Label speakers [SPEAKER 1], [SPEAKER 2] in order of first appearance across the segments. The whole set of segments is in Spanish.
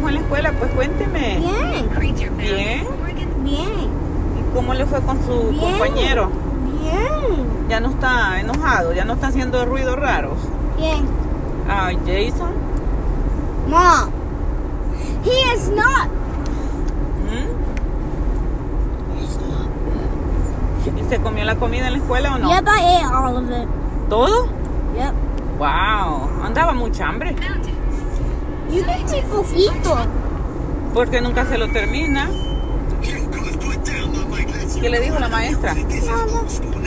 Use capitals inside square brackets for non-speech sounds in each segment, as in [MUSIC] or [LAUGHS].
[SPEAKER 1] Pues cuénteme.
[SPEAKER 2] Bien.
[SPEAKER 1] Bien.
[SPEAKER 2] Bien.
[SPEAKER 1] ¿Y cómo le fue con su
[SPEAKER 2] Bien.
[SPEAKER 1] compañero?
[SPEAKER 2] Bien.
[SPEAKER 1] Ya no está enojado, ya no está haciendo ruidos raros.
[SPEAKER 2] Bien.
[SPEAKER 1] Ay, Jason.
[SPEAKER 2] Mom. He is not.
[SPEAKER 1] ¿Mm? ¿Y se comió la comida en la escuela o no?
[SPEAKER 2] Yep, I ate all of it.
[SPEAKER 1] ¿Todo?
[SPEAKER 2] Yep.
[SPEAKER 1] Wow, andaba mucha hambre.
[SPEAKER 2] You can take poquito.
[SPEAKER 1] Porque nunca se lo termina. ¿Qué le dijo la maestra?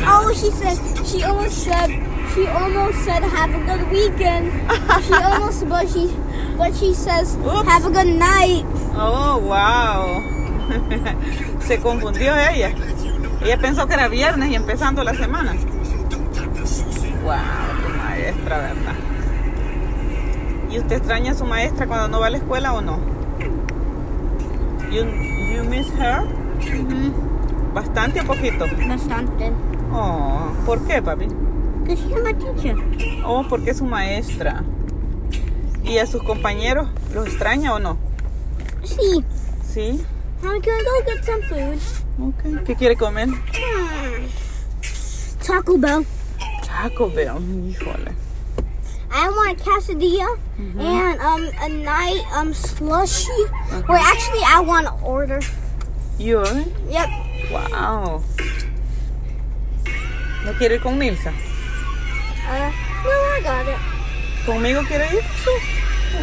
[SPEAKER 2] Oh, she said she almost said she almost said have a good [LAUGHS] weekend. she almost but she but she says
[SPEAKER 1] Oops.
[SPEAKER 2] have a good night.
[SPEAKER 1] Oh, wow. [LAUGHS] Se confundió ella. Ella pensó que era viernes y empezando la semana. Wow, tu maestra, ¿verdad? ¿Y usted extraña a su maestra cuando no va a la escuela o no? You, you miss her? Bastante o poquito.
[SPEAKER 2] Bastante.
[SPEAKER 1] Oh, ¿por qué, papi?
[SPEAKER 2] Cause she's my teacher.
[SPEAKER 1] Oh, porque es su maestra. ¿Y a sus compañeros los extraña o no?
[SPEAKER 2] See,
[SPEAKER 1] Sí.
[SPEAKER 2] I'm gonna go get some food.
[SPEAKER 1] Ok. ¿Qué quiere comer?
[SPEAKER 2] Hmm. Taco Bell.
[SPEAKER 1] Taco Bell, híjole.
[SPEAKER 2] I want a quesadilla and um a night um slushy. Wait, actually, I want to order.
[SPEAKER 1] You are?
[SPEAKER 2] Yep.
[SPEAKER 1] Wow. ¿No quiere ir con Nilsa?
[SPEAKER 2] Uh, no, I got it.
[SPEAKER 1] ¿Conmigo quiere ir? Oh.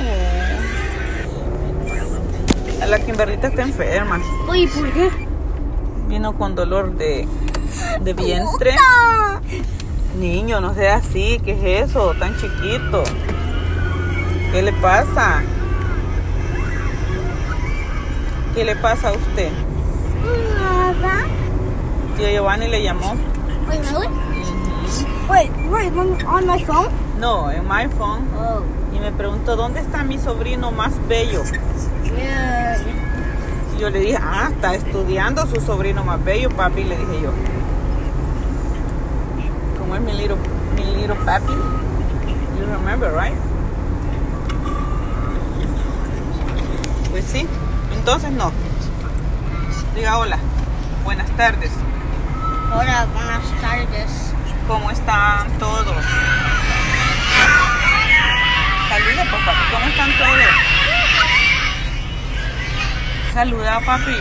[SPEAKER 1] La Kimberlita está enferma.
[SPEAKER 2] Oye, ¿por qué?
[SPEAKER 1] Vino con dolor de, de vientre. Niño, no sea así. ¿Qué es eso? Tan chiquito. ¿Qué le pasa? ¿Qué le pasa a usted?
[SPEAKER 2] Nada.
[SPEAKER 1] Tío Giovanni le llamó.
[SPEAKER 2] Wait, really? Wait, wait, on, on my phone?
[SPEAKER 1] No, en my phone.
[SPEAKER 2] Oh.
[SPEAKER 1] y me preguntó dónde está mi sobrino más bello.
[SPEAKER 2] Yeah.
[SPEAKER 1] Y yo le dije, ah, está estudiando su sobrino más bello, papi, le dije yo. ¿Cómo es mi little, mi little papi? You remember, right? Pues sí, entonces no. Diga hola, buenas tardes,
[SPEAKER 2] Hola, buenas tardes.
[SPEAKER 1] ¿cómo están todos? Saluda, pues, papi, ¿cómo están todos? Saluda, papi.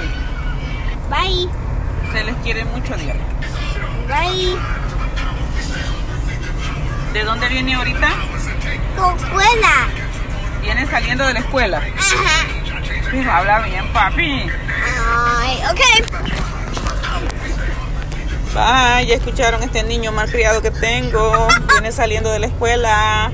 [SPEAKER 2] Bye.
[SPEAKER 1] Se les quiere mucho, dígale.
[SPEAKER 2] Bye.
[SPEAKER 1] ¿De dónde viene ahorita?
[SPEAKER 2] Escuela. [LAUGHS]
[SPEAKER 1] Viene saliendo de la escuela.
[SPEAKER 2] Ajá.
[SPEAKER 1] Pero habla bien, papi.
[SPEAKER 2] Ay, okay.
[SPEAKER 1] Ay, ya escucharon este niño malcriado que tengo. Viene saliendo de la escuela.